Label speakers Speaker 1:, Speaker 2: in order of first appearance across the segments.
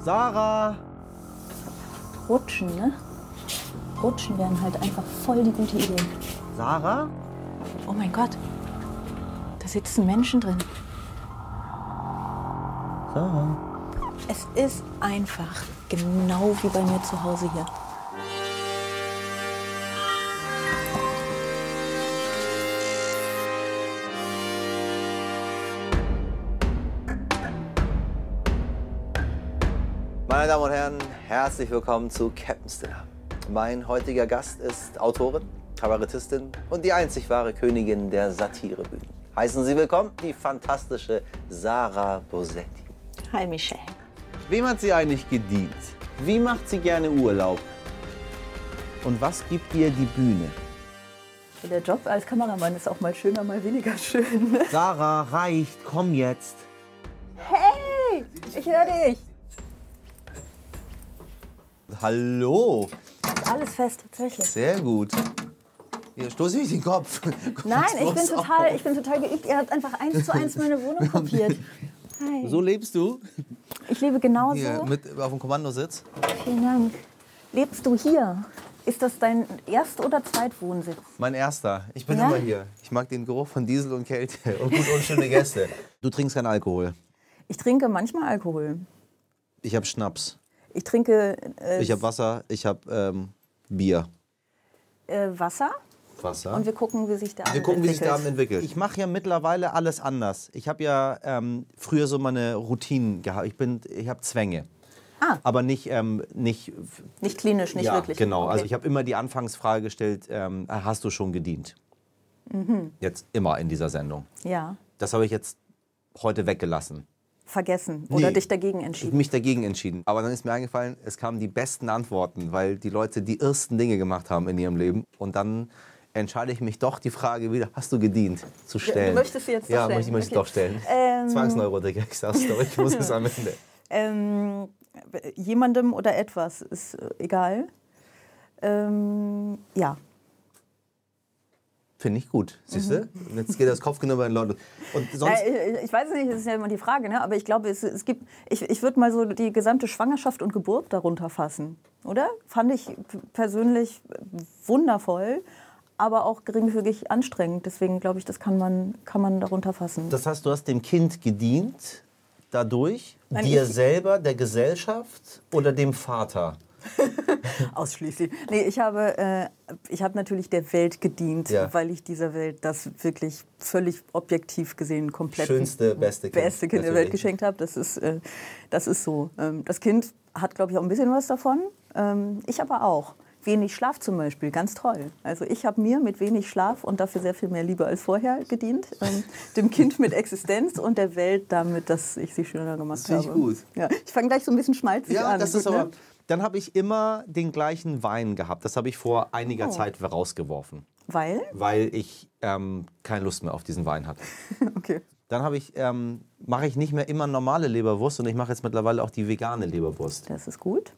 Speaker 1: Sarah!
Speaker 2: Rutschen, ne? Rutschen wären halt einfach voll die gute Idee.
Speaker 1: Sarah?
Speaker 2: Oh mein Gott, da sitzen Menschen drin.
Speaker 1: Sarah?
Speaker 2: Es ist einfach genau wie bei mir zu Hause hier.
Speaker 3: Meine Damen und Herren, herzlich willkommen zu Captain's Dinner. Mein heutiger Gast ist Autorin, Kabarettistin und die einzig wahre Königin der Satirebühnen. Heißen Sie willkommen die fantastische Sarah Bosetti.
Speaker 2: Hi Michelle.
Speaker 1: Wem hat sie eigentlich gedient? Wie macht sie gerne Urlaub? Und was gibt ihr die Bühne?
Speaker 2: Der Job als Kameramann ist auch mal schöner, mal weniger schön.
Speaker 1: Sarah, reicht, komm jetzt.
Speaker 2: Hey, ich höre dich.
Speaker 3: Hallo,
Speaker 2: Ist alles fest, tatsächlich.
Speaker 3: sehr gut. Hier stoße ich den Kopf.
Speaker 2: Nein, ich bin, total, ich bin total geübt. Ihr habt einfach eins zu eins meine Wohnung kopiert. Hi.
Speaker 3: So lebst du? Also
Speaker 2: Ich lebe genauso.
Speaker 3: Hier, mit auf dem Kommandositz.
Speaker 2: Vielen Dank. Lebst du hier? Ist das dein Erst- oder Zweitwohnsitz?
Speaker 3: Mein erster. Ich bin
Speaker 2: Ja?
Speaker 3: immer hier. Ich mag den Geruch von Diesel und Kälte und gut unschöne Gäste. Du trinkst keinen Alkohol.
Speaker 2: Ich trinke manchmal Alkohol.
Speaker 3: Ich habe Schnaps.
Speaker 2: Ich trinke äh,
Speaker 3: Ich habe Wasser. Ich habe ähm, Bier.
Speaker 2: äh, Wasser
Speaker 3: Wasser.
Speaker 2: und wir gucken, wie sich der Abend
Speaker 3: wir gucken, wie sich
Speaker 2: entwickelt.
Speaker 3: der Abend entwickelt. Ich mache ja mittlerweile alles anders. Ich habe ja ähm, früher so meine Routinen gehabt. Ich, bin- ich habe Zwänge.
Speaker 2: Ah.
Speaker 3: Aber nicht, ähm, nicht
Speaker 2: Nicht klinisch, nicht
Speaker 3: ja,
Speaker 2: wirklich.
Speaker 3: Genau, also
Speaker 2: Okay.
Speaker 3: ich habe immer die Anfangsfrage gestellt, ähm, hast du schon gedient?
Speaker 2: Mhm.
Speaker 3: Jetzt immer in dieser Sendung.
Speaker 2: Ja,
Speaker 3: Das habe ich jetzt heute weggelassen.
Speaker 2: vergessen oder
Speaker 3: Nee.
Speaker 2: dich dagegen
Speaker 3: Ich
Speaker 2: entschieden.
Speaker 3: mich dagegen entschieden. Aber dann ist mir eingefallen, es kamen die besten Antworten, weil die Leute die ersten Dinge gemacht haben in ihrem Leben. Und dann entscheide ich mich doch, die Frage wieder, hast du gedient, zu stellen.
Speaker 2: möchtest sie jetzt doch
Speaker 3: Ja,
Speaker 2: stellen.
Speaker 3: möchte ich möchte ich
Speaker 2: Okay.
Speaker 3: doch stellen.
Speaker 2: Ähm.
Speaker 3: Zwangsneurotiker, ich sag's doch, ich muss es am Ende.
Speaker 2: Ähm, jemandem oder etwas ist äh, egal. Ähm, ja,
Speaker 3: Finde ich gut, siehst du?
Speaker 2: Mhm.
Speaker 3: Und Jetzt geht das Kopfkino bei den Leuten. Und sonst,
Speaker 2: Äh, ich, ich weiß es nicht, das ist ja immer die Frage, ne? aber ich glaube, es, es gibt, ich, ich würde mal so die gesamte Schwangerschaft und Geburt darunter fassen, oder? Fand ich p- persönlich wundervoll, aber auch geringfügig anstrengend. Deswegen glaube ich, das kann man, kann man darunter fassen.
Speaker 3: das heißt, du hast dem Kind gedient, dadurch,
Speaker 2: Nein,
Speaker 3: dir
Speaker 2: ich-
Speaker 3: selber, der Gesellschaft oder dem Vater?
Speaker 2: Ausschließlich. Nee, ich habe, äh, ich habe natürlich der Welt gedient,
Speaker 3: Ja.
Speaker 2: weil ich dieser Welt das wirklich völlig objektiv gesehen komplett
Speaker 3: Schönste, beste Kind.
Speaker 2: beste Kind der
Speaker 3: natürlich.
Speaker 2: Welt geschenkt habe. Das ist, äh, das ist so. Ähm, das Kind hat, glaube ich, auch ein bisschen was davon. Ähm, ich aber auch. Wenig Schlaf zum Beispiel, ganz toll. Also ich habe mir mit wenig Schlaf und dafür sehr viel mehr Liebe als vorher gedient. Ähm, dem Kind mit Existenz und der Welt damit, dass ich sie schöner gemacht
Speaker 3: finde ich
Speaker 2: habe.
Speaker 3: gut.
Speaker 2: Ja, ich fange gleich so ein bisschen schmalzig
Speaker 3: Ja,
Speaker 2: an.
Speaker 3: das
Speaker 2: Gut,
Speaker 3: ist aber.
Speaker 2: ne?
Speaker 3: Dann habe ich immer den gleichen Wein gehabt. Das habe ich vor
Speaker 2: Oh.
Speaker 3: einiger Zeit rausgeworfen,
Speaker 2: Weil?
Speaker 3: weil ich ähm, keine Lust mehr auf diesen Wein hatte.
Speaker 2: Okay.
Speaker 3: Dann habe ich, ähm, mache ich nicht mehr immer normale Leberwurst und ich mache jetzt mittlerweile auch die vegane Leberwurst.
Speaker 2: Das ist gut.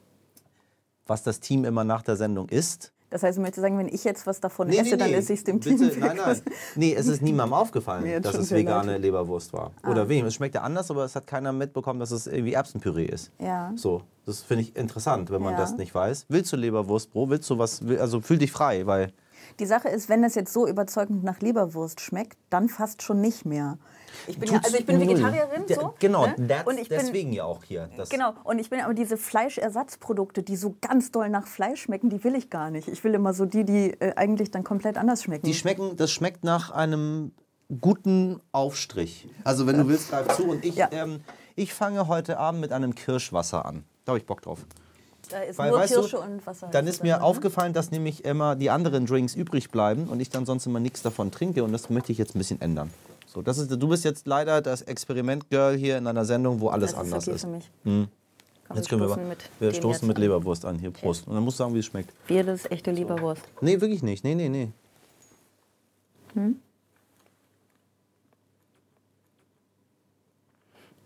Speaker 3: Was das Team immer nach der Sendung isst.
Speaker 2: Das heißt, du möchtest sagen, wenn ich jetzt was davon esse, dann esse ich es dem
Speaker 3: Bitte,
Speaker 2: Team.
Speaker 3: Nein, nein. Nee, es ist niemandem aufgefallen,
Speaker 2: Mir jetzt
Speaker 3: dass
Speaker 2: schon
Speaker 3: es
Speaker 2: sehr
Speaker 3: vegane
Speaker 2: leid. Ah.
Speaker 3: Leberwurst war. Oder wem. Es schmeckte anders, aber es hat keiner mitbekommen, dass es irgendwie Erbsenpüree ist.
Speaker 2: Ja.
Speaker 3: So. Das finde ich interessant, wenn man
Speaker 2: Ja.
Speaker 3: das nicht weiß. Willst du Leberwurst, Bro? Willst du was? will- Also fühl dich frei, weil.
Speaker 2: Die Sache ist, wenn das jetzt so überzeugend nach Leberwurst schmeckt, dann fast schon nicht mehr. Ich bin ja, also ich bin
Speaker 3: Null.
Speaker 2: Vegetarierin,
Speaker 3: Der-
Speaker 2: so.
Speaker 3: Genau,
Speaker 2: ne?
Speaker 3: that's-
Speaker 2: und ich bin,
Speaker 3: deswegen ja auch hier. Das
Speaker 2: genau. Und ich bin aber diese Fleischersatzprodukte, die so ganz doll nach Fleisch schmecken, die will ich gar nicht. Ich will immer so die, die äh, eigentlich dann komplett anders schmecken.
Speaker 3: Die schmecken, das schmeckt nach einem guten Aufstrich. Also wenn du willst, greif zu. Und ich,
Speaker 2: Ja.
Speaker 3: ähm, ich fange heute Abend mit einem Kirschwasser an. Da habe ich Bock drauf.
Speaker 2: da ist
Speaker 3: Weil,
Speaker 2: nur
Speaker 3: weißt
Speaker 2: Kirsche
Speaker 3: du,
Speaker 2: und Wasser.
Speaker 3: Dann ist mir aufgefallen, dass nämlich immer die anderen Drinks übrig bleiben und ich dann sonst immer nichts davon trinke und das möchte ich jetzt ein bisschen ändern. So, das ist, du bist jetzt leider das Experiment-Girl hier in einer Sendung, wo alles
Speaker 2: das ist
Speaker 3: anders
Speaker 2: okay
Speaker 3: ist.
Speaker 2: für mich. Komm,
Speaker 3: Jetzt können wir,
Speaker 2: stoßen
Speaker 3: aber-
Speaker 2: mit
Speaker 3: wir
Speaker 2: dem
Speaker 3: stoßen
Speaker 2: jetzt
Speaker 3: mit
Speaker 2: an.
Speaker 3: Leberwurst an hier, Prost. Und dann musst du sagen, wie es schmeckt.
Speaker 2: Bier, das ist echte Leberwurst.
Speaker 3: Nee, wirklich nicht. Nee, nee, nee.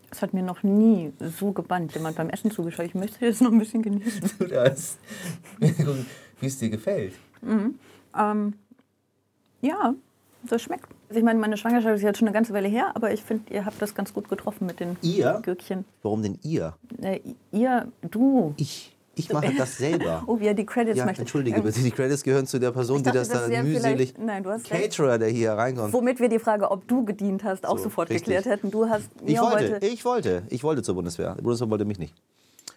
Speaker 2: Das hat mir noch nie so gebannt, jemand beim Essen zugeschaut. Ich möchte das noch ein bisschen genießen.
Speaker 3: Du das. Wie es dir gefällt.
Speaker 2: Ähm, ja, das schmeckt. Ich meine, meine Schwangerschaft ist jetzt schon eine ganze Weile her, aber ich finde, ihr habt das ganz gut getroffen mit den
Speaker 3: Ihr?
Speaker 2: Gürkchen.
Speaker 3: Warum denn ihr?
Speaker 2: Äh, ihr, du.
Speaker 3: Ich. Ich mache das selber.
Speaker 2: Oh, wie er die Credits
Speaker 3: ja,
Speaker 2: möchte.
Speaker 3: entschuldige
Speaker 2: Ähm,
Speaker 3: bitte, die Credits gehören zu der Person,
Speaker 2: ich
Speaker 3: die das
Speaker 2: dachte,
Speaker 3: da
Speaker 2: das wäre
Speaker 3: mühselig...
Speaker 2: vielleicht- Nein, du hast recht.
Speaker 3: Caterer, der hier reinkommt.
Speaker 2: Womit wir die Frage, ob du gedient hast, auch
Speaker 3: So,
Speaker 2: sofort
Speaker 3: richtig.
Speaker 2: geklärt hätten. Du hast mir
Speaker 3: Ich wollte,
Speaker 2: heute.
Speaker 3: ich wollte, ich wollte zur Bundeswehr. Die Bundeswehr wollte mich nicht.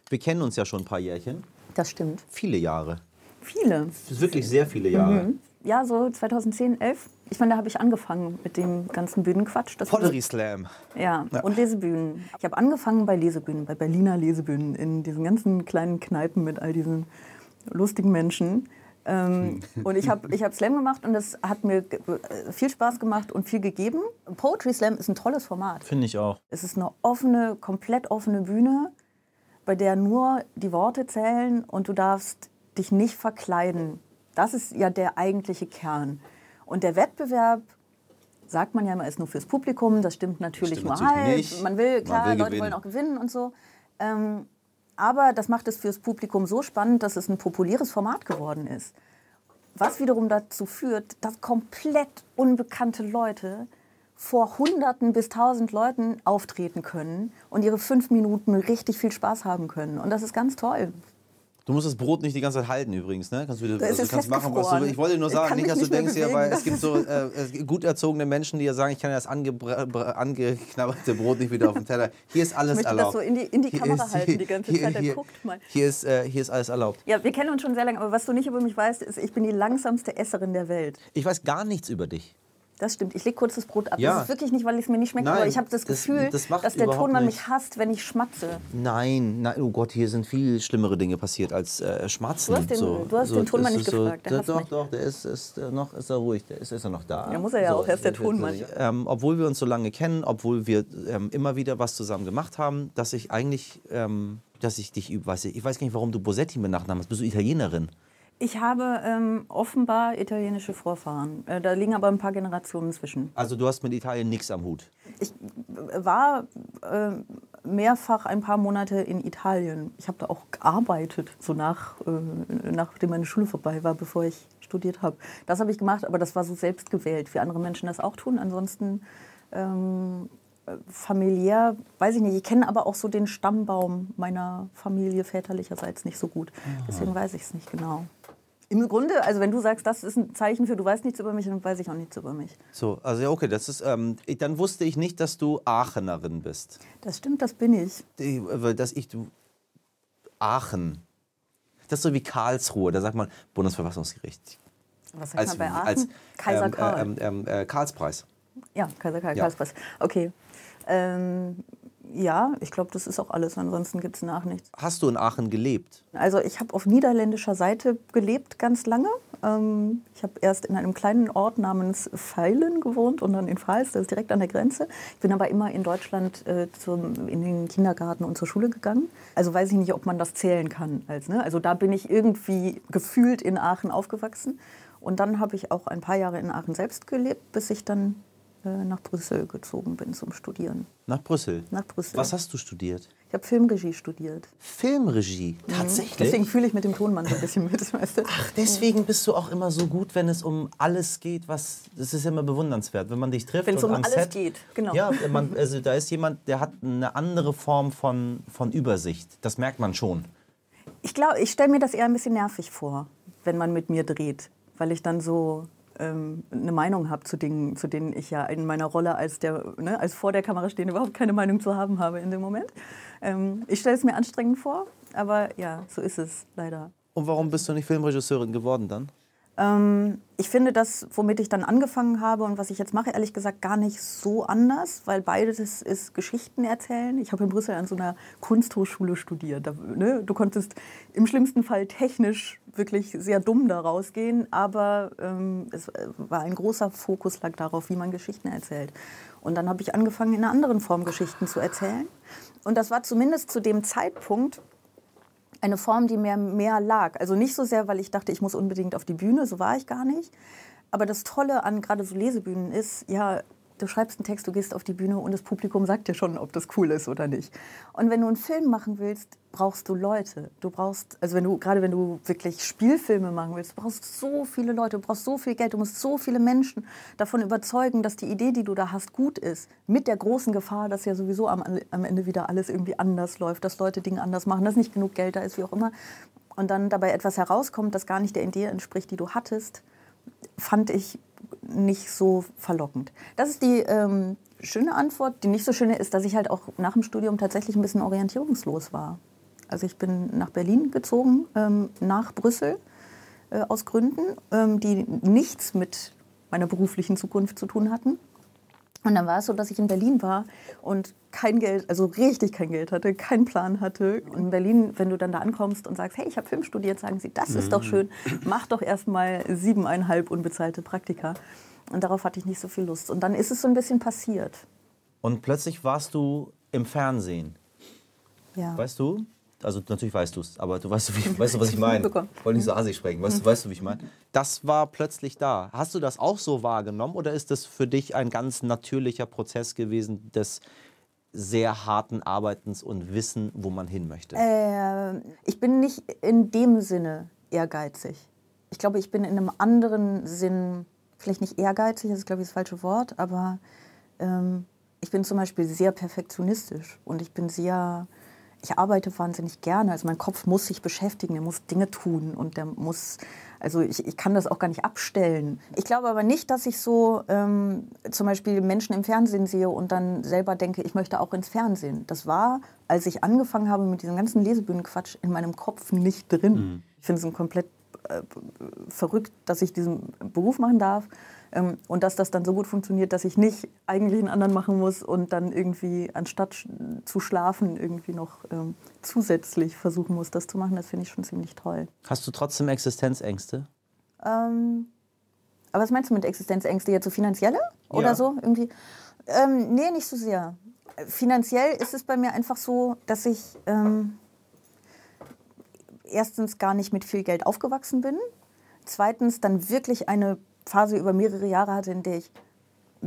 Speaker 3: Wir kennen uns ja schon ein paar Jährchen.
Speaker 2: Das stimmt.
Speaker 3: Viele Jahre.
Speaker 2: Viele.
Speaker 3: Das ist wirklich sehr viele Jahre.
Speaker 2: Mhm. Ja, so 2010, 11. Ich meine, da habe ich angefangen mit dem ganzen Bühnenquatsch. Das
Speaker 3: Pottery Slam.
Speaker 2: Ja, und Lesebühnen. Ich habe angefangen bei Lesebühnen, bei Berliner Lesebühnen, in diesen ganzen kleinen Kneipen mit all diesen lustigen Menschen. Ähm, und ich habe ich hab Slam gemacht und das hat mir ge- äh, viel Spaß gemacht und viel gegeben. Poetry Slam ist ein tolles Format.
Speaker 3: Finde ich auch.
Speaker 2: Es ist eine offene, komplett offene Bühne, bei der nur die Worte zählen und du darfst dich nicht verkleiden. Das ist ja der eigentliche Kern. Und der Wettbewerb, sagt man ja immer, ist nur fürs Publikum. Das stimmt natürlich
Speaker 3: Stimmt
Speaker 2: mal
Speaker 3: natürlich
Speaker 2: halb.
Speaker 3: nicht.
Speaker 2: Man will,
Speaker 3: Man
Speaker 2: klar,
Speaker 3: will
Speaker 2: Leute
Speaker 3: gewinnen.
Speaker 2: wollen auch gewinnen und so. Ähm, aber das macht es fürs Publikum so spannend, dass es ein populäres Format geworden ist. Was wiederum dazu führt, dass komplett unbekannte Leute vor Hunderten bis Tausend Leuten auftreten können und ihre fünf Minuten richtig viel Spaß haben können. Und das ist ganz toll.
Speaker 3: Du musst das Brot nicht die ganze Zeit halten übrigens, ne? Kannst du, wieder-
Speaker 2: Da ist
Speaker 3: also
Speaker 2: es
Speaker 3: kannst machen, was du
Speaker 2: festgefroren.
Speaker 3: willst. Ich wollte nur
Speaker 2: Ich
Speaker 3: sagen,
Speaker 2: kann
Speaker 3: nicht,
Speaker 2: mich
Speaker 3: dass du
Speaker 2: nicht mehr
Speaker 3: denkst, ja,
Speaker 2: bewegen.
Speaker 3: weil es gibt so äh, es gibt gut erzogene Menschen, die ja sagen, ich kann ja das angebra- bra- angeknabberte Brot nicht wieder auf den Teller. Hier ist alles
Speaker 2: möchte das
Speaker 3: erlaubt.
Speaker 2: so in die- in die
Speaker 3: Hier
Speaker 2: Kamera halten
Speaker 3: hier-
Speaker 2: die ganze
Speaker 3: hier,
Speaker 2: Zeit, dann
Speaker 3: hier,
Speaker 2: guckt mal.
Speaker 3: Hier ist, äh, hier ist alles erlaubt.
Speaker 2: Ja, wir kennen uns schon sehr lange, aber was du nicht über mich weißt, ist, ich bin die langsamste Esserin der Welt.
Speaker 3: Ich weiß gar nichts über dich.
Speaker 2: Das stimmt. Ich lege kurz das Brot ab.
Speaker 3: Ja.
Speaker 2: Das ist wirklich nicht, weil es mir nicht schmeckt,
Speaker 3: Nein,
Speaker 2: aber ich habe das
Speaker 3: das-
Speaker 2: Gefühl,
Speaker 3: das macht
Speaker 2: dass der
Speaker 3: überhaupt
Speaker 2: Tonmann
Speaker 3: nichts.
Speaker 2: mich hasst, wenn ich schmatze.
Speaker 3: Nein, nein, oh Gott, hier sind viel schlimmere Dinge passiert als äh, Schmerzen.
Speaker 2: Du hast den-
Speaker 3: so,
Speaker 2: du hast
Speaker 3: so,
Speaker 2: den Tonmann
Speaker 3: das
Speaker 2: nicht
Speaker 3: ist so,
Speaker 2: gefragt, der
Speaker 3: der
Speaker 2: hasst
Speaker 3: Doch,
Speaker 2: mich.
Speaker 3: doch, der ist, ist äh, noch, ist er ruhig, der ist, ist er noch da.
Speaker 2: Ja, muss er ja auch, er ist der
Speaker 3: äh,
Speaker 2: Tonmann.
Speaker 3: Ähm, obwohl wir uns so lange kennen, obwohl wir ähm, immer wieder was zusammen gemacht haben, dass ich eigentlich, ähm, dass ich dich übe, weiß ich, ich weiß gar nicht, warum du Bosetti mit Nachnamen hast. Bist du Italienerin?
Speaker 2: Ich habe ähm, offenbar italienische Vorfahren. Äh, da liegen aber ein paar Generationen zwischen.
Speaker 3: Also du hast mit Italien nichts am Hut.
Speaker 2: Ich äh, war äh, mehrfach ein paar Monate in Italien. Ich habe da auch gearbeitet, so nach, äh, nachdem meine Schule vorbei war, bevor ich studiert habe. Das habe ich gemacht, aber das war so selbst gewählt, wie andere Menschen das auch tun. Ansonsten ähm, äh, familiär, weiß ich nicht. Ich kenne aber auch so den Stammbaum meiner Familie väterlicherseits nicht so gut. Deswegen weiß ich es nicht genau. Im Grunde, also wenn du sagst, das ist ein Zeichen für, du weißt nichts über mich, dann weiß ich auch nichts über mich.
Speaker 3: So, also ja, okay, das ist, ähm, ich- dann wusste ich nicht, dass du Aachenerin bist.
Speaker 2: Das stimmt, das bin ich.
Speaker 3: Die- weil dass ich du Aachen. Das ist so wie Karlsruhe, da sagt man Bundesverfassungsgericht.
Speaker 2: Was sagt man bei Aachen?
Speaker 3: als,
Speaker 2: Kaiser
Speaker 3: ähm,
Speaker 2: Karl.
Speaker 3: ähm, ähm, äh, Karlspreis.
Speaker 2: ja, Kaiser Karl,
Speaker 3: ja.
Speaker 2: Karlspreis. Okay. Ähm, ja, ich glaube, das ist auch alles. Ansonsten gibt es nach nichts.
Speaker 3: Hast du in Aachen gelebt?
Speaker 2: Also ich habe auf niederländischer Seite gelebt ganz lange. Ähm, ich habe erst in einem kleinen Ort namens Feilen gewohnt und dann in Pfalz, das ist direkt an der Grenze. Ich bin aber immer in Deutschland äh, zum, in den Kindergarten und zur Schule gegangen. Also weiß ich nicht, ob man das zählen kann. Als, ne? Also da bin ich irgendwie gefühlt in Aachen aufgewachsen. Und dann habe ich auch ein paar Jahre in Aachen selbst gelebt, bis ich dann äh, nach Brüssel gezogen bin zum Studieren.
Speaker 3: Nach Brüssel.
Speaker 2: Nach Brüssel.
Speaker 3: Was hast du studiert?
Speaker 2: Ich habe Filmregie studiert. Mhm.
Speaker 3: Filmregie. Tatsächlich.
Speaker 2: Deswegen fühle ich mit dem Tonmann so ein bisschen mit. Weißt du?
Speaker 3: Ach, deswegen bist du auch immer so gut, wenn es um alles geht, was. Das ist ja immer bewundernswert, wenn man dich trifft.
Speaker 2: Wenn es
Speaker 3: und
Speaker 2: um
Speaker 3: am
Speaker 2: alles
Speaker 3: Set,
Speaker 2: geht, genau.
Speaker 3: Ja, man, also da ist jemand, der hat eine andere Form von, von Übersicht. Das merkt man schon.
Speaker 2: Ich glaube, ich stelle mir das eher ein bisschen nervig vor, wenn man mit mir dreht, weil ich dann so ähm, eine Meinung habe zu Dingen, zu denen ich ja in meiner Rolle als, der, ne, als vor der Kamera stehende überhaupt keine Meinung zu haben habe in dem Moment. Ähm, ich stelle es mir anstrengend vor, aber ja, so ist es leider.
Speaker 3: Und warum bist du nicht Filmregisseurin geworden dann?
Speaker 2: Ähm, ich finde das, womit ich dann angefangen habe und was ich jetzt mache, ehrlich gesagt gar nicht so anders, weil beides ist Geschichten erzählen. Ich habe in Brüssel an so einer Kunsthochschule studiert. Da, ne, du konntest im schlimmsten Fall technisch wirklich sehr dumm daraus gehen, aber ähm, es äh, war ein großer Fokus lag darauf, wie man Geschichten erzählt. Und dann habe ich angefangen, in einer anderen Form Geschichten zu erzählen. Und das war zumindest zu dem Zeitpunkt eine Form, die mir mehr lag. Also nicht so sehr, weil ich dachte, ich muss unbedingt auf die Bühne, so war ich gar nicht. Aber das Tolle an gerade so Lesebühnen ist, ja, du schreibst einen Text, du gehst auf die Bühne und das Publikum sagt dir schon, ob das cool ist oder nicht. Und wenn du einen Film machen willst, brauchst du Leute. Du brauchst, also wenn du, gerade wenn du wirklich Spielfilme machen willst, du brauchst so viele Leute, du brauchst so viel Geld, du musst so viele Menschen davon überzeugen, dass die Idee, die du da hast, gut ist. Mit der großen Gefahr, dass ja sowieso am, am Ende wieder alles irgendwie anders läuft, dass Leute Dinge anders machen, dass nicht genug Geld da ist, wie auch immer. Und dann dabei etwas herauskommt, das gar nicht der Idee entspricht, die du hattest, fand ich nicht so verlockend. Das ist die ähm, schöne Antwort. Die nicht so schöne ist, dass ich halt auch nach dem Studium tatsächlich ein bisschen orientierungslos war. Also ich bin nach Berlin gezogen, ähm, nach Brüssel äh, aus Gründen, ähm, die nichts mit meiner beruflichen Zukunft zu tun hatten. Und dann war es so, dass ich in Berlin war und kein Geld, also richtig kein Geld hatte, keinen Plan hatte. In Berlin, wenn du dann da ankommst und sagst, hey, ich habe Film studiert, sagen sie, das ist doch schön, mach doch erstmal siebeneinhalb unbezahlte Praktika. Und darauf hatte ich nicht so viel Lust. Und dann ist es so ein bisschen passiert.
Speaker 3: Und plötzlich warst du im Fernsehen.
Speaker 2: Ja.
Speaker 3: Weißt du? Also natürlich weißt du es, aber du weißt, wie, weißt du, was ich meine.
Speaker 2: Mitbekommen.
Speaker 3: Ich wollte nicht so assig sprechen. Weißt, du, weißt du, wie ich meine? Das war plötzlich da. Hast du das auch so wahrgenommen oder ist das für dich ein ganz natürlicher Prozess gewesen des sehr harten Arbeitens und Wissen, wo man hin möchte?
Speaker 2: Ähm, ich bin nicht in dem Sinne ehrgeizig. Ich glaube, ich bin in einem anderen Sinn, vielleicht nicht ehrgeizig, das ist, glaube ich, das falsche Wort, aber ähm, ich bin zum Beispiel sehr perfektionistisch und ich bin sehr, ich arbeite wahnsinnig gerne. Also mein Kopf muss sich beschäftigen, der muss Dinge tun und der muss, also ich, ich kann das auch gar nicht abstellen. Ich glaube aber nicht, dass ich so ähm, zum Beispiel Menschen im Fernsehen sehe und dann selber denke, ich möchte auch ins Fernsehen. Das war, als ich angefangen habe mit diesem ganzen Lesebühnenquatsch, in meinem Kopf nicht drin. Ich finde es ein komplett äh, verrückt, dass ich diesen Beruf machen darf ähm, und dass das dann so gut funktioniert, dass ich nicht eigentlich einen anderen machen muss und dann irgendwie anstatt sch zu schlafen irgendwie noch ähm, zusätzlich versuchen muss, das zu machen. Das finde ich schon ziemlich toll.
Speaker 3: Hast du trotzdem Existenzängste?
Speaker 2: Ähm, aber was meinst du mit Existenzängste? Jetzt so finanzielle oder
Speaker 3: Ja.
Speaker 2: so irgendwie? Ähm, nee, nicht so sehr. Äh, Finanziell ist es bei mir einfach so, dass ich ähm, erstens gar nicht mit viel Geld aufgewachsen bin. Zweitens dann wirklich eine Phase über mehrere Jahre hatte, in der ich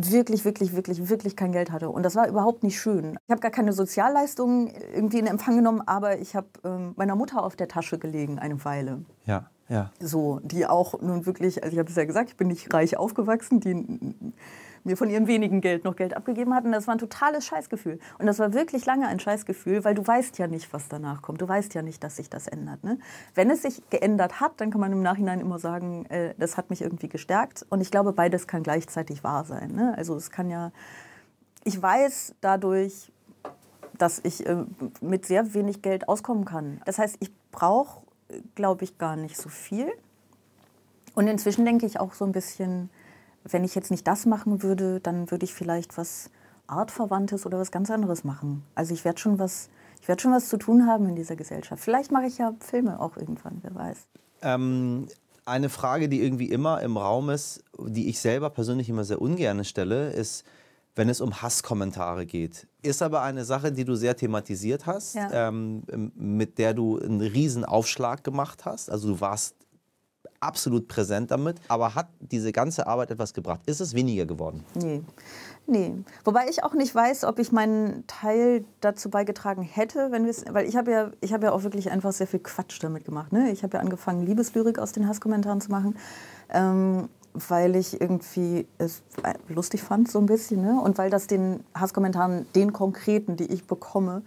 Speaker 2: wirklich, wirklich, wirklich, wirklich kein Geld hatte. Und das war überhaupt nicht schön. Ich habe gar keine Sozialleistungen irgendwie in Empfang genommen, aber ich habe ähm, meiner Mutter auf der Tasche gelegen eine Weile
Speaker 3: Ja, ja.
Speaker 2: so, die auch nun wirklich, also ich habe es ja gesagt, ich bin nicht reich aufgewachsen, die n- mir von ihrem wenigen Geld noch Geld abgegeben hatten. Das war ein totales Scheißgefühl. Und das war wirklich lange ein Scheißgefühl, weil du weißt ja nicht, was danach kommt. Du weißt ja nicht, dass sich das ändert. Ne? Wenn es sich geändert hat, dann kann man im Nachhinein immer sagen, äh, das hat mich irgendwie gestärkt. Und ich glaube, beides kann gleichzeitig wahr sein. Ne? Also es kann ja, ich weiß dadurch, dass ich äh, mit sehr wenig Geld auskommen kann. Das heißt, ich brauche, glaube ich, gar nicht so viel. Und inzwischen denke ich auch so ein bisschen, wenn ich jetzt nicht das machen würde, dann würde ich vielleicht was Artverwandtes oder was ganz anderes machen. Also ich werde schon was, ich werde schon was zu tun haben in dieser Gesellschaft. Vielleicht mache ich ja Filme auch irgendwann, wer weiß.
Speaker 3: Ähm, eine Frage, die irgendwie immer im Raum ist, die ich selber persönlich immer sehr ungern stelle, ist, wenn es um Hasskommentare geht. Ist aber eine Sache, die du sehr thematisiert hast,
Speaker 2: Ja.
Speaker 3: ähm, mit der du einen riesen Aufschlag gemacht hast. Also du warst absolut präsent damit. Aber hat diese ganze Arbeit etwas gebracht? Ist es weniger geworden?
Speaker 2: Nee. Nee. Wobei ich auch nicht weiß, ob ich meinen Teil dazu beigetragen hätte, wenn wir es. Weil ich habe ja, ich habe ja auch wirklich einfach sehr viel Quatsch damit gemacht. Ne? Ich habe ja angefangen, Liebeslyrik aus den Hasskommentaren zu machen. Ähm, weil ich irgendwie es äh, lustig fand, so ein bisschen. Ne? Und weil das den Hasskommentaren, den konkreten, die ich bekomme,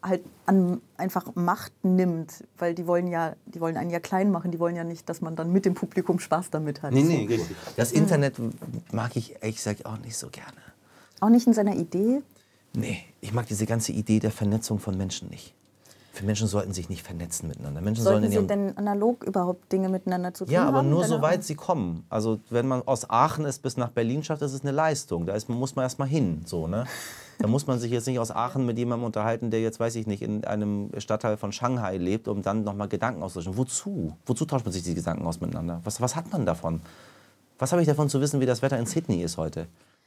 Speaker 2: halt an, einfach Macht nimmt, weil die wollen ja, die wollen einen ja klein machen, die wollen ja nicht, dass man dann mit dem Publikum Spaß damit hat. So.
Speaker 3: richtig. Das
Speaker 2: Mhm.
Speaker 3: Internet mag ich ehrlich gesagt auch nicht so gerne.
Speaker 2: Auch nicht in seiner Idee,
Speaker 3: Nee, ich mag diese ganze Idee der Vernetzung von Menschen nicht. Für Menschen sollten sich nicht vernetzen miteinander. Menschen sollen
Speaker 2: Sollten
Speaker 3: in
Speaker 2: Sie
Speaker 3: ihrem
Speaker 2: denn analog überhaupt Dinge miteinander zu tun
Speaker 3: Ja,
Speaker 2: haben?
Speaker 3: aber nur
Speaker 2: Deiner
Speaker 3: so weit sie kommen. Also wenn man aus Aachen ist bis nach Berlin schafft, das ist eine Leistung. Da ist, muss man erstmal hin, so, ne? Da muss man sich jetzt nicht aus Aachen mit jemandem unterhalten, der jetzt, weiß ich nicht, in einem Stadtteil von Shanghai lebt, um dann nochmal Gedanken auszutauschen. Wozu? Wozu tauscht man sich die Gedanken aus miteinander? Was, was hat man davon? Was habe ich davon zu wissen, wie das Wetter in Sydney ist heute?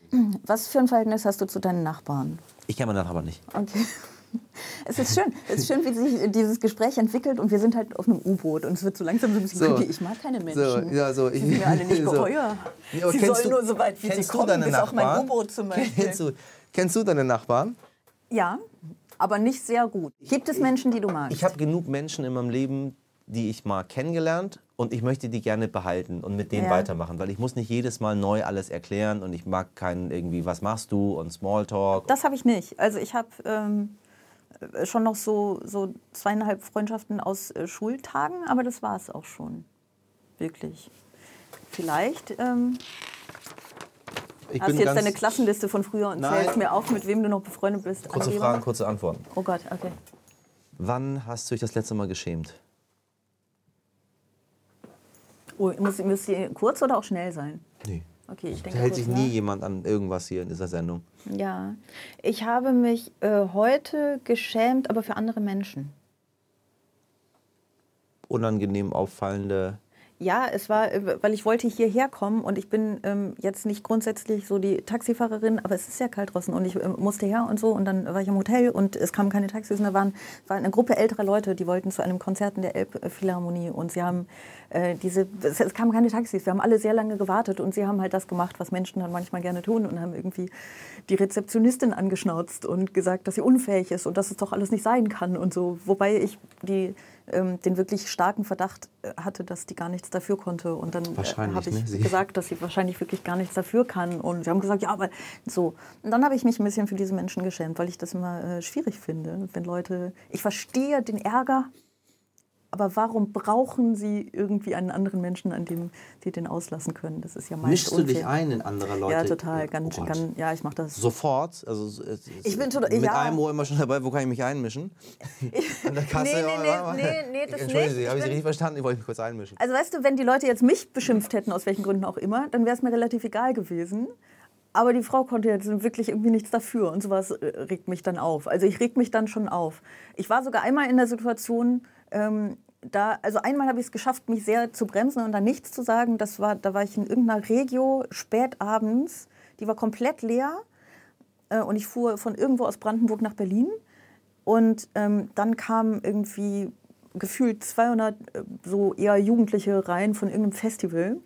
Speaker 2: Meinung? Was für ein Verhältnis hast du zu deinen Nachbarn?
Speaker 3: Ich kenne meine das aber nicht.
Speaker 2: Okay.
Speaker 4: Es ist schön, es ist schön, wie sich dieses Gespräch entwickelt und wir sind halt auf einem U-Boot und es wird so langsam so ein bisschen
Speaker 5: So.
Speaker 4: creepy. Ich mag keine Menschen.
Speaker 5: So, ja, so,
Speaker 4: Sie
Speaker 5: ich-
Speaker 4: sind mir alle nicht
Speaker 5: so.
Speaker 4: geheuer.
Speaker 5: Ja, aber
Speaker 4: sie
Speaker 5: kennst
Speaker 4: sollen
Speaker 5: du-
Speaker 4: nur so weit, wie sie
Speaker 5: kennst du
Speaker 4: kommen,
Speaker 5: deine
Speaker 4: bis auf mein
Speaker 5: Nachbarn?
Speaker 4: U-Boot zum Beispiel.
Speaker 5: Kennst du, kennst du deine Nachbarn?
Speaker 4: Ja, aber nicht sehr gut. Gibt es Menschen, die du magst?
Speaker 3: Ich habe genug Menschen in meinem Leben, die ich mal kennengelernt und ich möchte die gerne behalten und mit denen
Speaker 4: Ja.
Speaker 3: weitermachen, weil ich muss nicht jedes Mal neu alles erklären und ich mag keinen irgendwie, was machst du und Smalltalk.
Speaker 4: Das habe ich nicht. Also ich habe ähm, äh, schon noch so, so zweieinhalb Freundschaften aus äh, Schultagen, aber das war es auch schon. Wirklich. Vielleicht ähm,
Speaker 3: Ich
Speaker 4: hast du jetzt deine Klassenliste von früher und
Speaker 3: Nein.
Speaker 4: zählst mir auf, mit wem du noch befreundet bist.
Speaker 3: kurze
Speaker 4: Angeber?
Speaker 3: Fragen, kurze Antworten.
Speaker 4: Oh Gott, okay.
Speaker 3: Wann hast du dich das letzte Mal geschämt?
Speaker 4: Oh, muss, muss die kurz oder auch schnell sein?
Speaker 3: Nee.
Speaker 4: Okay, ich
Speaker 3: Da
Speaker 4: denke
Speaker 3: hält
Speaker 4: kurz
Speaker 3: sich
Speaker 4: nach.
Speaker 3: nie jemand an irgendwas hier in dieser Sendung.
Speaker 2: Ja, ich habe mich äh, heute geschämt, aber für andere Menschen.
Speaker 3: Unangenehm auffallende.
Speaker 2: Ja, es war, äh, weil ich wollte hierher kommen und ich bin ähm, jetzt nicht grundsätzlich so die Taxifahrerin, aber es ist sehr kalt draußen und ich ähm, musste her und so und dann war ich im Hotel und es kamen keine Taxis und da waren, war eine Gruppe älterer Leute, die wollten zu einem Konzert in der Elbphilharmonie und sie haben äh, diese, es, es kamen keine Taxis, wir haben alle sehr lange gewartet und sie haben halt das gemacht, was Menschen dann manchmal gerne tun und haben irgendwie die Rezeptionistin angeschnauzt und gesagt, dass sie unfähig ist und dass es doch alles nicht sein kann und so, wobei ich die ähm, den wirklich starken Verdacht äh, hatte, dass die gar nichts dafür konnte. Und dann äh,
Speaker 3: Wahrscheinlich,
Speaker 2: habe
Speaker 3: ne?
Speaker 2: ich
Speaker 3: Sie-
Speaker 2: gesagt, dass sie wahrscheinlich wirklich gar nichts dafür kann. Und sie haben gesagt, ja, aber so. Und dann habe ich mich ein bisschen für diese Menschen geschämt, weil ich das immer äh, schwierig finde, wenn Leute. Ich verstehe den Ärger, aber warum brauchen sie irgendwie einen anderen Menschen, an dem sie den auslassen können? Das ist ja meist unfair.
Speaker 3: ein in andere Leute? Oh
Speaker 2: Ja, total. Ganz, ganz, ja, ich mache das.
Speaker 3: Sofort, also es- es-
Speaker 2: Ich bin schon-
Speaker 3: mit
Speaker 2: ja.
Speaker 3: einem Ohr immer schon dabei, wo kann ich mich einmischen? An der Kasse,
Speaker 2: Nee, nee,
Speaker 3: ja,
Speaker 2: nee,
Speaker 3: warte mal.
Speaker 2: nee, nee, das
Speaker 3: Entschuldigen Sie,
Speaker 2: nicht. Ich
Speaker 3: habe ich Sie
Speaker 2: bin-
Speaker 3: richtig verstanden? Ich wollte mich kurz einmischen.
Speaker 2: Also weißt du, wenn die Leute jetzt mich beschimpft hätten, aus welchen Gründen auch immer, dann wäre es mir relativ egal gewesen. Aber die Frau konnte jetzt wirklich irgendwie nichts dafür und sowas äh, regt mich dann auf. Also ich reg mich dann schon auf. Ich war sogar einmal in der Situation, ähm, da, also einmal habe ich es geschafft, mich sehr zu bremsen und dann nichts zu sagen. Das war, da war ich in irgendeiner Regio spät abends, die war komplett leer äh, und ich fuhr von irgendwo aus Brandenburg nach Berlin. Und ähm, dann kamen irgendwie gefühlt 200 äh, so eher Jugendliche rein von irgendeinem Festival.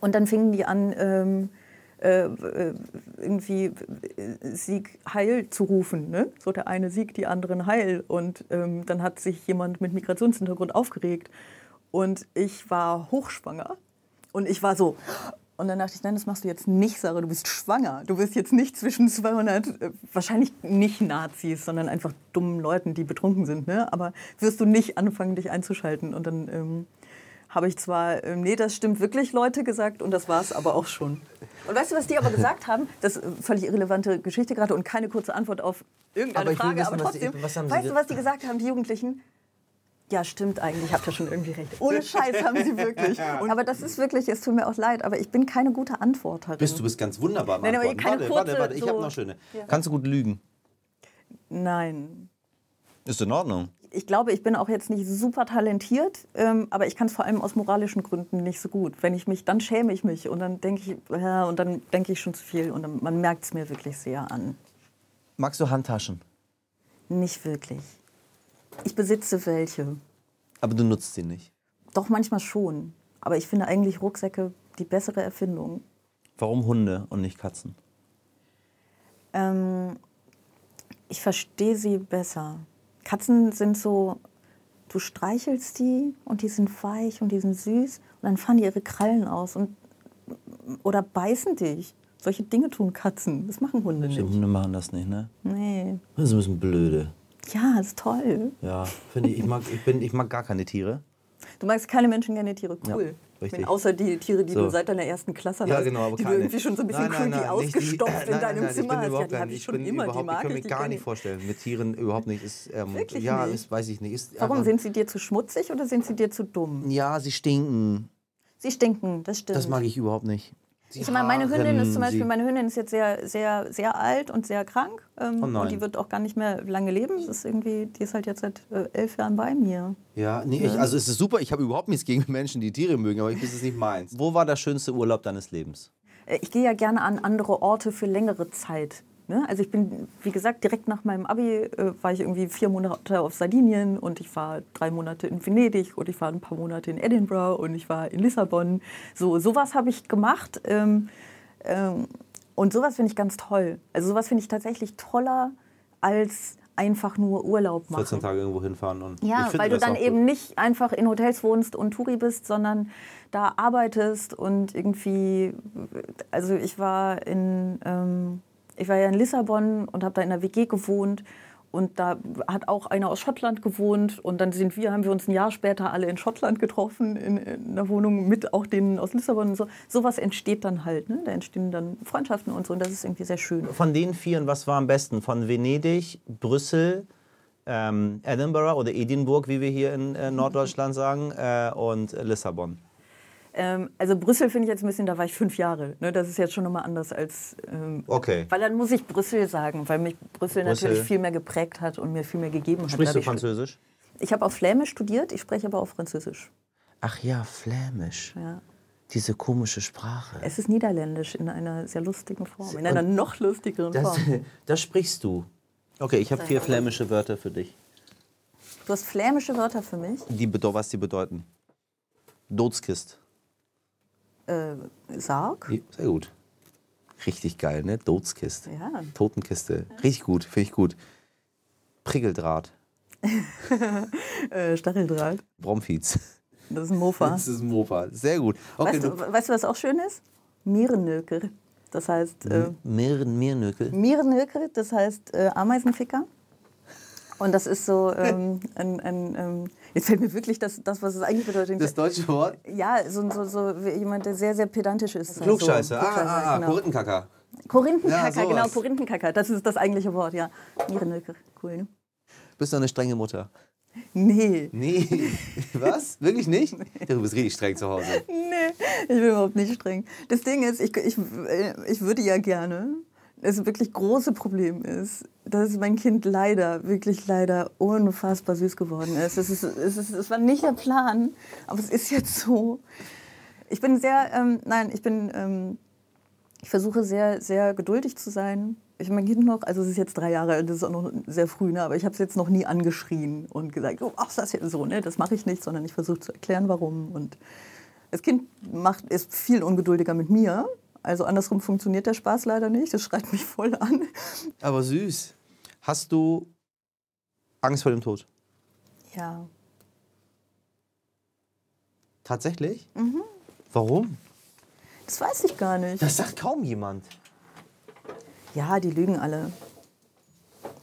Speaker 2: Und dann fingen die an, ähm, äh, äh, irgendwie äh, Sieg Heil zu rufen. Ne? So der eine Sieg, die anderen Heil. Und ähm, dann hat sich jemand mit Migrationshintergrund aufgeregt. Und ich war hochschwanger. Und ich war so. Und dann dachte ich, nein, das machst du jetzt nicht, Sarah. Du bist schwanger. Du bist jetzt nicht zwischen 200, äh, wahrscheinlich nicht Nazis, sondern einfach dummen Leuten, die betrunken sind. Ne? Aber wirst du nicht anfangen, dich einzuschalten. Und dann ähm, habe ich zwar, ähm, nee, das stimmt wirklich, Leute gesagt und das war es aber auch schon. Und weißt du, was die aber gesagt haben? Das ist eine völlig irrelevante Geschichte gerade und keine kurze Antwort auf irgendeine
Speaker 3: Aber ich will
Speaker 2: Frage,
Speaker 3: wissen,
Speaker 2: aber
Speaker 3: was die-
Speaker 2: trotzdem,
Speaker 3: was haben sie
Speaker 2: weißt du,
Speaker 3: ge-
Speaker 2: was die gesagt haben, die Jugendlichen? Ja, stimmt eigentlich, habt ihr schon irgendwie recht. Ohne Scheiß haben sie wirklich. Und, aber das ist wirklich, es tut mir auch leid, aber ich bin keine gute Antworterin.
Speaker 3: Bist du bist ganz wunderbar. im
Speaker 2: Nein, aber
Speaker 3: Antworten.
Speaker 2: keine
Speaker 3: warte, warte,
Speaker 2: kurze,
Speaker 3: warte, ich
Speaker 2: so-
Speaker 3: habe noch schöne. Kannst du gut lügen?
Speaker 2: Nein,
Speaker 3: Ist in Ordnung.
Speaker 2: ich glaube, ich bin auch jetzt nicht super talentiert, ähm, aber ich kann es vor allem aus moralischen Gründen nicht so gut. Wenn ich mich, dann schäme ich mich und dann denke ich, ja, und dann denke ich schon zu viel und dann, man merkt es mir wirklich sehr an.
Speaker 3: Magst du Handtaschen?
Speaker 2: Nicht wirklich. Ich besitze welche.
Speaker 3: Aber du nutzt sie nicht.
Speaker 2: Doch manchmal schon. Aber ich finde eigentlich Rucksäcke die bessere Erfindung.
Speaker 3: Warum Hunde und nicht Katzen?
Speaker 2: Ähm, ich verstehe sie besser. Katzen sind so, du streichelst die und die sind weich und die sind süß und dann fahren die ihre Krallen aus und oder beißen dich. Solche Dinge tun Katzen. Das machen Hunde
Speaker 3: Die
Speaker 2: nicht.
Speaker 3: Hunde machen das nicht, ne?
Speaker 2: Nee.
Speaker 3: Das ist ein bisschen blöde.
Speaker 2: Ja, ist toll.
Speaker 3: Ja, finde ich. Ich mag, ich, bin, ich mag gar keine Tiere.
Speaker 2: Du magst keine Menschen gerne Tiere.
Speaker 3: Ja,
Speaker 2: Cool.
Speaker 3: richtig.
Speaker 2: Wenn- Außer die Tiere, die
Speaker 3: So.
Speaker 2: du seit deiner ersten Klasse hast,
Speaker 3: Ja, genau, aber
Speaker 2: die
Speaker 3: keine.
Speaker 2: du irgendwie schon so ein bisschen
Speaker 3: Nein, nein,
Speaker 2: creepy
Speaker 3: nein, nicht die-
Speaker 2: ausgestopft in
Speaker 3: nein, nein,
Speaker 2: deinem
Speaker 3: nein,
Speaker 2: Zimmer
Speaker 3: ich bin
Speaker 2: hast. Ja,
Speaker 3: überhaupt
Speaker 2: die habe
Speaker 3: kein-
Speaker 2: ich schon
Speaker 3: bin
Speaker 2: immer, die
Speaker 3: überhaupt-
Speaker 2: mag
Speaker 3: Ich kann mir
Speaker 2: die
Speaker 3: gar
Speaker 2: kenn
Speaker 3: nicht
Speaker 2: ich.
Speaker 3: vorstellen. Mit Tieren überhaupt nicht. Ist, ähm,
Speaker 2: Wirklich
Speaker 3: ja,
Speaker 2: nicht?
Speaker 3: das weiß ich nicht. Ist
Speaker 2: Warum
Speaker 3: einfach-
Speaker 2: sind sie dir zu schmutzig oder sind sie dir zu dumm?
Speaker 3: Ja, sie stinken.
Speaker 2: Sie stinken, das stimmt.
Speaker 3: Das mag ich überhaupt nicht. Sie
Speaker 2: Ich meine, meine Hündin ist zum Beispiel,
Speaker 3: sie-
Speaker 2: meine Hündin ist jetzt sehr, sehr, sehr alt und sehr krank. Ähm,
Speaker 3: Oh nein.
Speaker 2: und die wird auch gar nicht mehr lange leben. Das ist irgendwie, die ist halt jetzt seit äh, elf Jahren bei mir.
Speaker 3: Ja, nee, ich, also es ist super. Ich habe überhaupt nichts gegen Menschen, die Tiere mögen, aber ich ist es nicht meins. Wo war der schönste Urlaub deines Lebens?
Speaker 2: Äh, Ich gehe ja gerne an andere Orte für längere Zeit. Ne? Also ich bin, wie gesagt, direkt nach meinem Abi äh, war ich irgendwie vier Monate auf Sardinien und ich war drei Monate in Venedig und ich war ein paar Monate in Edinburgh und ich war in Lissabon. So sowas habe ich gemacht ähm, ähm, und sowas finde ich ganz toll. Also sowas finde ich tatsächlich toller als einfach nur Urlaub machen.
Speaker 3: 14 Tage irgendwo hinfahren und
Speaker 2: Ja,
Speaker 3: ich finde
Speaker 2: weil du
Speaker 3: das
Speaker 2: dann
Speaker 3: auch
Speaker 2: eben
Speaker 3: gut.
Speaker 2: nicht einfach in Hotels wohnst und Touri bist, sondern da arbeitest und irgendwie, also ich war in, ähm, ich war ja in Lissabon und habe da in einer WG gewohnt und da hat auch einer aus Schottland gewohnt und dann sind wir, haben wir uns ein Jahr später alle in Schottland getroffen in, in einer Wohnung mit auch denen aus Lissabon und so. Sowas entsteht dann halt, ne? da entstehen dann Freundschaften und so und das ist irgendwie sehr schön.
Speaker 3: Von den vieren, was war am besten? Von Venedig, Brüssel, ähm, Edinburgh oder Edinburgh, wie wir hier in äh, Norddeutschland sagen, äh, und äh, Lissabon.
Speaker 2: Ähm, also Brüssel finde ich jetzt ein bisschen, da war ich fünf Jahre. Ne? Das ist jetzt schon nochmal anders als. Ähm,
Speaker 3: Okay.
Speaker 2: Weil dann muss ich Brüssel sagen, weil mich
Speaker 3: Brüssel.
Speaker 2: Brüssel, natürlich viel mehr geprägt hat und mir viel mehr gegeben hat.
Speaker 3: Sprichst du
Speaker 2: dadurch.
Speaker 3: Französisch?
Speaker 2: Ich habe auf Flämisch studiert, ich spreche aber auch Französisch.
Speaker 3: Ach ja, Flämisch.
Speaker 2: Ja.
Speaker 3: Diese komische Sprache.
Speaker 2: Es ist Niederländisch in einer sehr lustigen Form, in einer noch lustigeren
Speaker 3: Das,
Speaker 2: Form.
Speaker 3: das sprichst du. Okay, ich habe vier flämische Wörter für dich.
Speaker 2: Du hast flämische Wörter für mich.
Speaker 3: Die, bedeu- was die bedeuten. Dozkist.
Speaker 2: Äh, Sarg.
Speaker 3: Sehr gut. Richtig geil, ne? Dozkist.
Speaker 2: Ja.
Speaker 3: Totenkiste. Richtig gut, finde ich gut. Prickeldraht.
Speaker 2: Äh, Stacheldraht.
Speaker 3: Bromfiz.
Speaker 2: Das ist ein Mofa.
Speaker 3: Das ist ein Mofa. Sehr gut. Okay,
Speaker 2: Weißt du,
Speaker 3: du.
Speaker 2: weißt du, was auch schön ist? Mierennöker. Das heißt.
Speaker 3: Hm.
Speaker 2: Äh,
Speaker 3: Mirren, Mirnökel.
Speaker 2: Mierenhöker, das heißt äh, Ameisenficker. Und das ist so ähm, ein, ein ähm, jetzt fällt mir wirklich das, das was es eigentlich bedeutet.
Speaker 3: Das deutsche Wort?
Speaker 2: ja, so, so, so wie jemand, der sehr, sehr pedantisch ist.
Speaker 3: Klugscheiße.
Speaker 2: So,
Speaker 3: ah, ah, ah,
Speaker 2: genau.
Speaker 3: Korinthenkacker. Ja,
Speaker 2: Korinthenkacker,
Speaker 3: sowas.
Speaker 2: genau, Korinthenkacker. Das ist das eigentliche Wort, ja. Mierenhöker, cool. Ne?
Speaker 3: Bist du eine strenge Mutter?
Speaker 2: Nee,
Speaker 3: Nee. Was? Wirklich nicht? Ja, du bist richtig streng zu Hause.
Speaker 2: nee, ich bin überhaupt nicht streng. Das Ding ist, ich, ich, äh, ich würde ja gerne, das wirklich große Problem ist, dass mein Kind leider, wirklich leider unfassbar süß geworden ist. Es, ist, es, ist, es war nicht der Plan, aber es ist jetzt so. Ich bin sehr, ähm, nein, ich bin, ähm, ich versuche sehr, sehr geduldig zu sein. Ich mein Kind noch, also es ist jetzt drei Jahre alt, das ist auch noch sehr früh, ne? aber ich habe es jetzt noch nie angeschrien und gesagt, oh, ach, das ist ja so, ne? das mache ich nicht, sondern ich versuche zu erklären, warum. Und das Kind macht, ist viel ungeduldiger mit mir. Also andersrum funktioniert der Spaß leider nicht. Das schreit mich voll an.
Speaker 3: Aber süß. Hast du Angst vor dem Tod?
Speaker 2: Ja,
Speaker 3: Tatsächlich? Mhm. Warum?
Speaker 2: das weiß ich gar nicht.
Speaker 3: Das sagt kaum jemand.
Speaker 2: Ja, die lügen alle.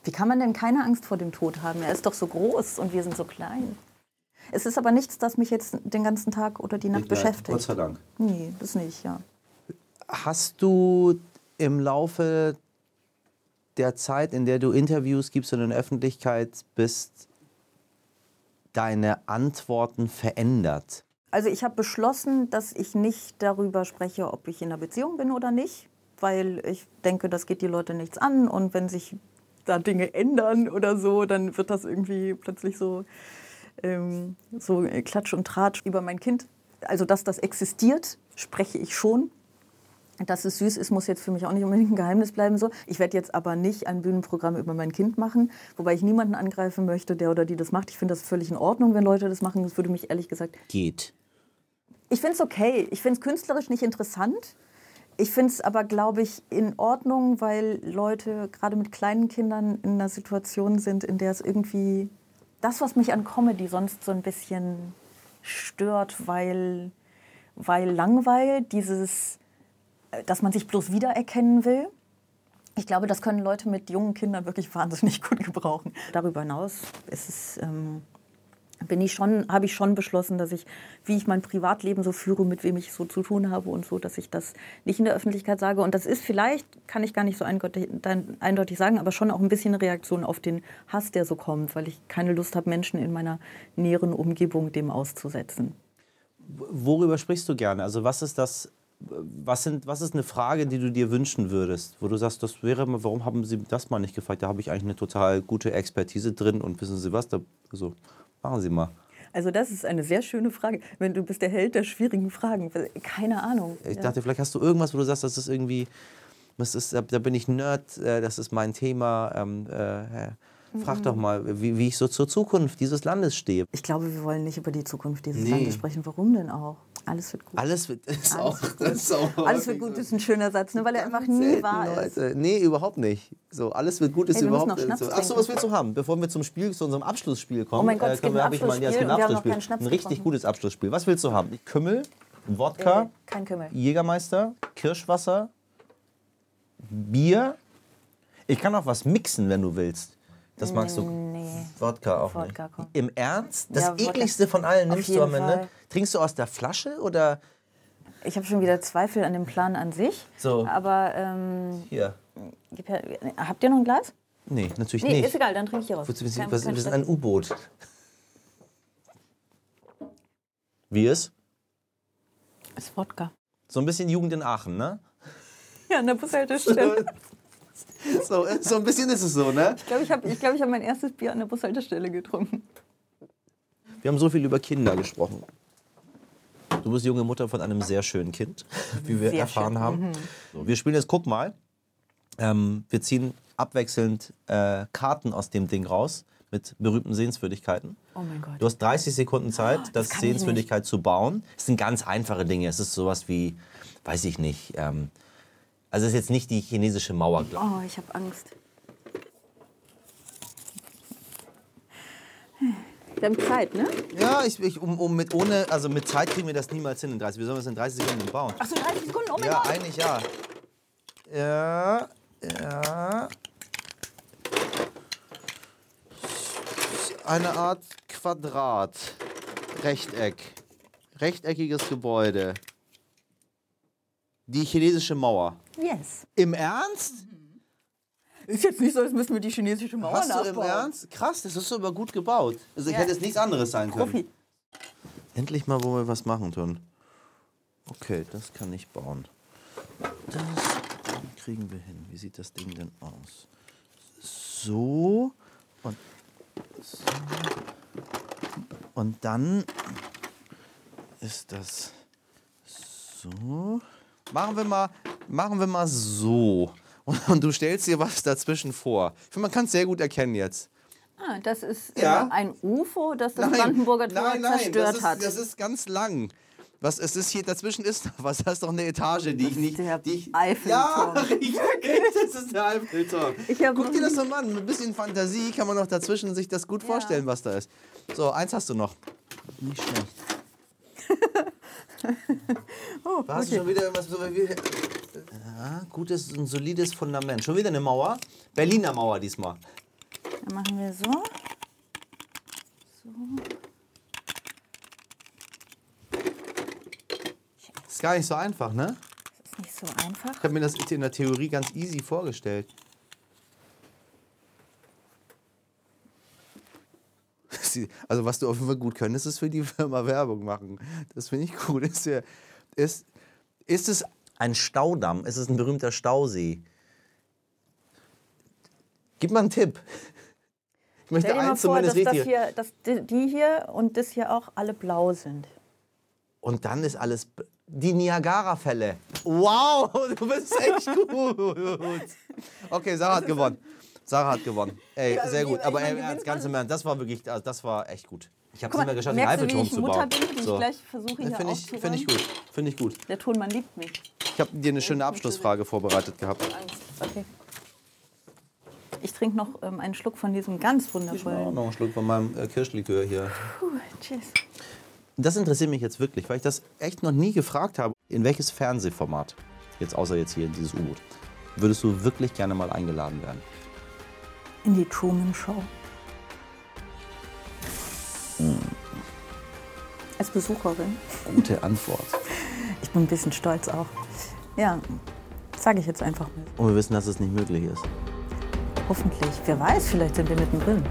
Speaker 2: Wie kann man denn keine Angst vor dem Tod haben? Er ist doch so groß und wir sind so klein. Es ist aber nichts, das mich jetzt den ganzen Tag oder die Nacht
Speaker 3: Gott sei
Speaker 2: beschäftigt.
Speaker 3: Dank.
Speaker 2: Nee, das nicht, ja.
Speaker 3: Hast du im Laufe der Zeit, in der du Interviews gibst und in der Öffentlichkeit bist, deine Antworten verändert?
Speaker 2: Also ich habe beschlossen, dass ich nicht darüber spreche, ob ich in einer Beziehung bin oder nicht, weil ich denke, das geht die Leute nichts an und wenn sich da Dinge ändern oder so, dann wird das irgendwie plötzlich so, ähm, so äh, Klatsch und Tratsch über mein Kind. Also dass das existiert, spreche ich schon. Dass es süß ist, muss jetzt für mich auch nicht unbedingt ein Geheimnis bleiben. So. Ich werde jetzt aber nicht ein Bühnenprogramm über mein Kind machen, wobei ich niemanden angreifen möchte, der oder die das macht. Ich finde das völlig in Ordnung, wenn Leute das machen. Das würde mich ehrlich gesagt
Speaker 3: Geht.
Speaker 2: ich finde es okay. Ich finde es künstlerisch nicht interessant. Ich finde es aber, glaube ich, in Ordnung, weil Leute gerade mit kleinen Kindern in einer Situation sind, in der es irgendwie das, was mich an Comedy sonst so ein bisschen stört, weil, weil Langweil, dieses, äh, dass man sich bloß wiedererkennen will. Ich glaube, das können Leute mit jungen Kindern wirklich wahnsinnig gut gebrauchen. Darüber hinaus ist es. Ähm, bin ich schon, habe ich schon beschlossen, dass ich, wie ich mein Privatleben so führe, mit wem ich so zu tun habe und so, dass ich das nicht in der Öffentlichkeit sage. Und das ist vielleicht, kann ich gar nicht so eindeutig, dein- eindeutig sagen, aber schon auch ein bisschen eine Reaktion auf den Hass, der so kommt, weil ich keine Lust habe, Menschen in meiner näheren Umgebung dem auszusetzen.
Speaker 3: Worüber sprichst du gerne? Also was ist das, was, sind, was ist eine Frage, die du dir wünschen würdest, wo du sagst, das wäre, mal- warum haben sie das mal nicht gefragt? Da habe ich eigentlich eine total gute Expertise drin und wissen Sie was, da, also machen Sie mal.
Speaker 2: Also das ist eine sehr schöne Frage. Wenn du bist der Held der schwierigen Fragen, keine Ahnung.
Speaker 3: Ich dachte, vielleicht hast du irgendwas, wo du sagst, das ist irgendwie das ist, da, da bin ich Nerd, äh, das ist mein Thema. Ähm, äh, frag
Speaker 2: Mhm.
Speaker 3: doch mal, wie, wie ich so zur Zukunft dieses Landes stehe.
Speaker 2: Ich glaube, wir wollen nicht über die Zukunft dieses
Speaker 3: Nee.
Speaker 2: Landes sprechen. Warum denn auch? Alles wird gut.
Speaker 3: Alles wird, ist
Speaker 2: Alles
Speaker 3: auch, das ist auch
Speaker 2: Alles
Speaker 3: häufig
Speaker 2: wird gut
Speaker 3: so.
Speaker 2: ist ein schöner Satz, ne, weil er einfach nie
Speaker 3: Selten,
Speaker 2: wahr ist.
Speaker 3: Leute. Nee, überhaupt nicht. So, alles wird gut, ist
Speaker 2: Hey, wir müssen
Speaker 3: überhaupt
Speaker 2: noch Schnaps
Speaker 3: so. Ach so, was willst du haben? Bevor wir zum Spiel, zu unserem Abschlussspiel kommen, äh,
Speaker 2: Oh mein Gott, es
Speaker 3: können
Speaker 2: gibt ein
Speaker 3: hab ich mal- ja, es
Speaker 2: Abschlussspiel
Speaker 3: gibt
Speaker 2: und wir haben noch
Speaker 3: Abschlussspiel.
Speaker 2: keinen Schnaps
Speaker 3: Ein richtig
Speaker 2: getrunken.
Speaker 3: gutes Abschlussspiel. Was willst du haben? Kümmel, Wodka,
Speaker 2: Kein Kümmel.
Speaker 3: Jägermeister, Kirschwasser, Bier. Ich kann auch was mixen, wenn du willst. Das magst du.
Speaker 2: Nee.
Speaker 3: Wodka auch
Speaker 2: Mm. Wodka,
Speaker 3: nicht.
Speaker 2: komm.
Speaker 3: Im Ernst? Das
Speaker 2: Ja, Wodka.
Speaker 3: ekligste von allen
Speaker 2: Auf
Speaker 3: nimmst du am
Speaker 2: jeden
Speaker 3: Ende.
Speaker 2: Fall.
Speaker 3: Trinkst du aus der Flasche oder
Speaker 2: Ich habe schon wieder Zweifel an dem Plan an sich.
Speaker 3: So.
Speaker 2: Aber ähm,
Speaker 3: hier?
Speaker 2: gib her- habt ihr noch ein Glas?
Speaker 3: Nee, natürlich
Speaker 2: Nee,
Speaker 3: nicht.
Speaker 2: ist egal, dann trinke ich hier raus.
Speaker 3: Wozu- Was,
Speaker 2: Kein-
Speaker 3: was,
Speaker 2: kein
Speaker 3: wir sind
Speaker 2: Stress.
Speaker 3: ein U-Boot. Wie ist?
Speaker 2: ist Wodka.
Speaker 3: So ein bisschen Jugend in Aachen, ne?
Speaker 2: Ja, an der Bushaltestelle.
Speaker 3: So, so ein bisschen ist es so, ne?
Speaker 2: Ich glaube, ich habe ich glaub, ich hab mein erstes Bier an der Bushaltestelle getrunken.
Speaker 3: Wir haben so viel über Kinder gesprochen. Du bist junge Mutter von einem sehr schönen Kind, wie wir
Speaker 2: Sehr
Speaker 3: erfahren
Speaker 2: schön, Mhm.
Speaker 3: haben. So, wir spielen jetzt, guck mal. Ähm, wir ziehen abwechselnd äh, Karten aus dem Ding raus mit berühmten Sehenswürdigkeiten.
Speaker 2: Oh mein Gott. Oh,
Speaker 3: Du hast 30 Sekunden Zeit, das,
Speaker 2: kann ich
Speaker 3: Sehenswürdigkeit zu bauen. Es sind ganz einfache Dinge. Es ist sowas wie, weiß ich nicht. Ähm, also es ist jetzt nicht die chinesische Mauer, glaube
Speaker 2: Oh, ich habe Angst. Wir haben Zeit, ne?
Speaker 3: ich. Ja, ich, ich, um, um mit ohne, also mit Zeit kriegen wir das niemals hin in 30. Wie sollen wir das in 30 Sekunden bauen?
Speaker 2: Ach so, 30 Sekunden, oh mein
Speaker 3: Ja,
Speaker 2: Gott.
Speaker 3: eigentlich ja. Ja, ja. Eine Art Quadrat. Rechteck. Rechteckiges Gebäude. Die chinesische Mauer.
Speaker 2: Yes.
Speaker 3: Im Ernst?
Speaker 2: Ist jetzt nicht so, als müssen wir die chinesische Mauer
Speaker 3: Hast du
Speaker 2: nachbauen.
Speaker 3: im Ernst? Krass, das ist aber gut gebaut. Also ich
Speaker 2: Ja.
Speaker 3: hätte es nichts anderes sein können.
Speaker 2: Profi.
Speaker 3: Endlich mal, wo wir was machen können. Okay, das kann ich bauen. Das kriegen wir hin. Wie sieht das Ding denn aus? So und so. Und dann ist das so. Machen wir mal, machen wir mal so. Und, und du stellst dir was dazwischen vor. Ich finde, man kann es sehr gut erkennen jetzt.
Speaker 2: Ah, das ist
Speaker 3: Ja.
Speaker 2: äh, ein UFO, das das Brandenburger Tor
Speaker 3: nein, nein,
Speaker 2: zerstört
Speaker 3: das ist,
Speaker 2: hat.
Speaker 3: Das ist ganz lang. Was es ist hier dazwischen ist noch was? Das ist doch eine Etage, die ich nicht.
Speaker 2: der
Speaker 3: die ich,
Speaker 2: Eiffelturm.
Speaker 3: Ja, richtig, das ist der Eiffelturm.
Speaker 2: Ich hab-
Speaker 3: Guck dir das doch mal an. Mit ein bisschen Fantasie kann man doch dazwischen sich das gut vorstellen, was da ist. So, eins hast du noch. Nicht schlecht.
Speaker 2: Oh,
Speaker 3: Da hast du schon wieder irgendwas so wie. Ja, gutes und solides Fundament. Schon wieder eine Mauer. Berliner Mauer diesmal.
Speaker 2: Dann machen wir so.
Speaker 3: Ist gar nicht so einfach, ne?
Speaker 2: Das ist nicht so einfach.
Speaker 3: Ich habe mir das in der Theorie ganz easy vorgestellt. Sie- Also was du auf jeden Fall gut könntest, ist für die Firma Werbung machen. Das finde ich gut. Ist, ja, ist, ist es ein Staudamm? Ist es ein berühmter Stausee? Gib mal einen Tipp. Ich möchte
Speaker 2: Stell dir mal
Speaker 3: eins
Speaker 2: vor, dass,
Speaker 3: zumindest
Speaker 2: das
Speaker 3: richtig.
Speaker 2: hier, dass die die hier und das hier auch alle blau sind.
Speaker 3: Und dann ist alles. b- Die Niagara-Fälle. Wow, du bist echt gut. Okay, Sarah hat gewonnen. Sarah hat gewonnen. Ey, sehr gut. Aber ey, ernst, ganz im Ernst, das war wirklich, also das war echt gut. Ich habe es nicht mehr geschafft, den
Speaker 2: merkst du, wie
Speaker 3: Eiffelturm
Speaker 2: ich
Speaker 3: zu
Speaker 2: Mutter
Speaker 3: bauen.
Speaker 2: bin, die ich gleich versuche hier
Speaker 3: Finde ich, find ich
Speaker 2: aufzuräumen?
Speaker 3: gut. Finde ich gut.
Speaker 2: Der Tonmann liebt mich.
Speaker 3: Ich habe dir eine schöne Abschlussfrage vorbereitet gehabt.
Speaker 2: Angst. Okay. Ich trinke noch ähm, einen Schluck von diesem ganz
Speaker 3: Auch
Speaker 2: wundervollen.
Speaker 3: noch einen Schluck von meinem äh, Kirschlikör hier.
Speaker 2: Puh, tschüss.
Speaker 3: Das interessiert mich jetzt wirklich, weil ich das echt noch nie gefragt habe. In welches Fernsehformat, jetzt außer jetzt hier in dieses U-Boot, würdest du wirklich gerne mal eingeladen werden?
Speaker 2: In die Truman Show.
Speaker 3: Hm.
Speaker 2: Als Besucherin.
Speaker 3: Gute Antwort.
Speaker 2: Ich bin ein bisschen stolz auch. Ja, sage ich jetzt einfach mal.
Speaker 3: Und wir wissen, dass es nicht möglich ist.
Speaker 2: Hoffentlich. Wer weiß, vielleicht sind wir mittendrin.